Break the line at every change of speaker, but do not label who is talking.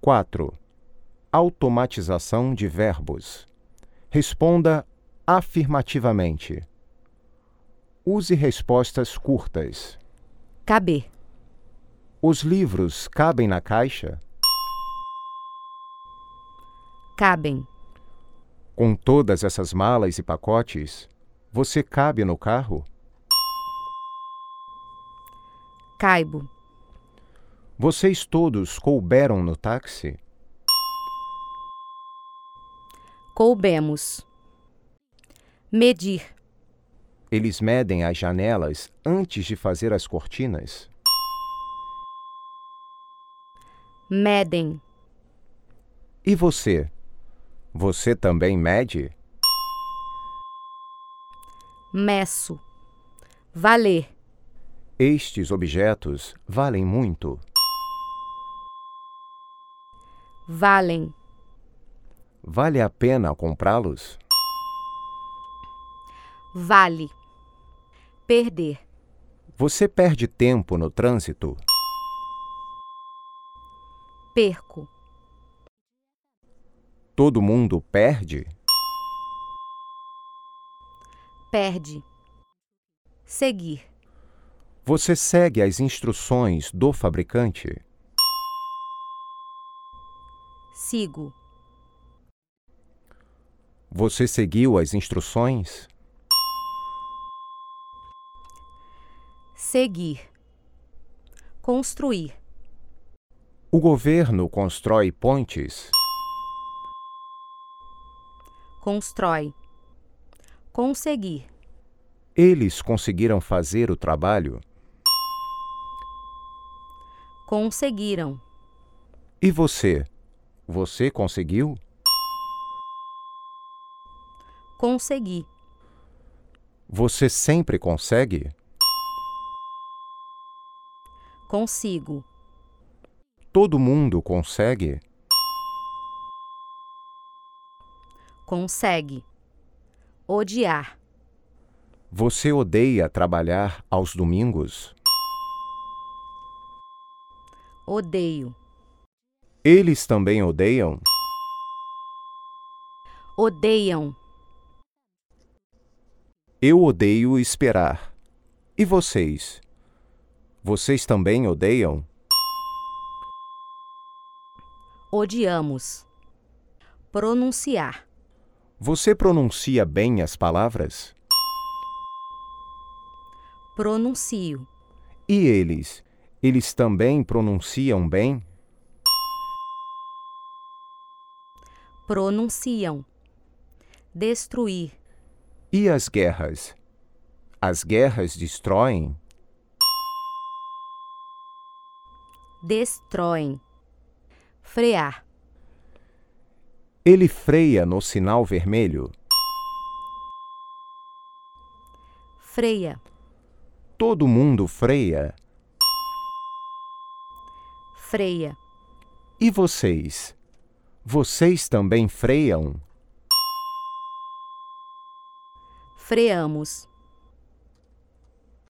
4. Automatização de verbos. Responda afirmativamente. Use respostas curtas.
Caber.
Os livros cabem na caixa?
Cabem.
Com todas essas malas e pacotes, você cabe no carro?
Caibo.
Vocês todos couberam no táxi?
Coubemos. Medir.
Eles medem as janelas antes de fazer as cortinas?
Medem.
E você? Você também mede?
Meço. Valer.
Estes objetos valem muito.
Valem.
Vale a pena comprá-los?
Vale. Perder.
Você perde tempo no trânsito?
Perco.
Todo mundo perde?
Perde. Seguir.
Você segue as instruções do fabricante?
Sigo.
Você seguiu as instruções?
Seguir. Construir.
O governo constrói pontes?
Constrói. Conseguir.
Eles conseguiram fazer o trabalho?
Conseguiram.
E você? Você conseguiu?
Consegui.
Você sempre consegue?
Consigo.
Todo mundo consegue?
Consegue. Odiar.
Você odeia trabalhar aos domingos?
Odeio.
Eles também odeiam?
Odeiam.
Eu odeio esperar. E vocês? Vocês também odeiam?
Odiamos. Pronunciar.
Você pronuncia bem as palavras?
Pronuncio.
E eles? Eles também pronunciam bem?
Pronunciam. Destruir.
E as guerras? As guerras destroem?
Destroem. Frear.
Ele freia no sinal vermelho.
Freia.
Todo mundo freia.
Freia.
E vocês? Vocês também freiam?
Freamos.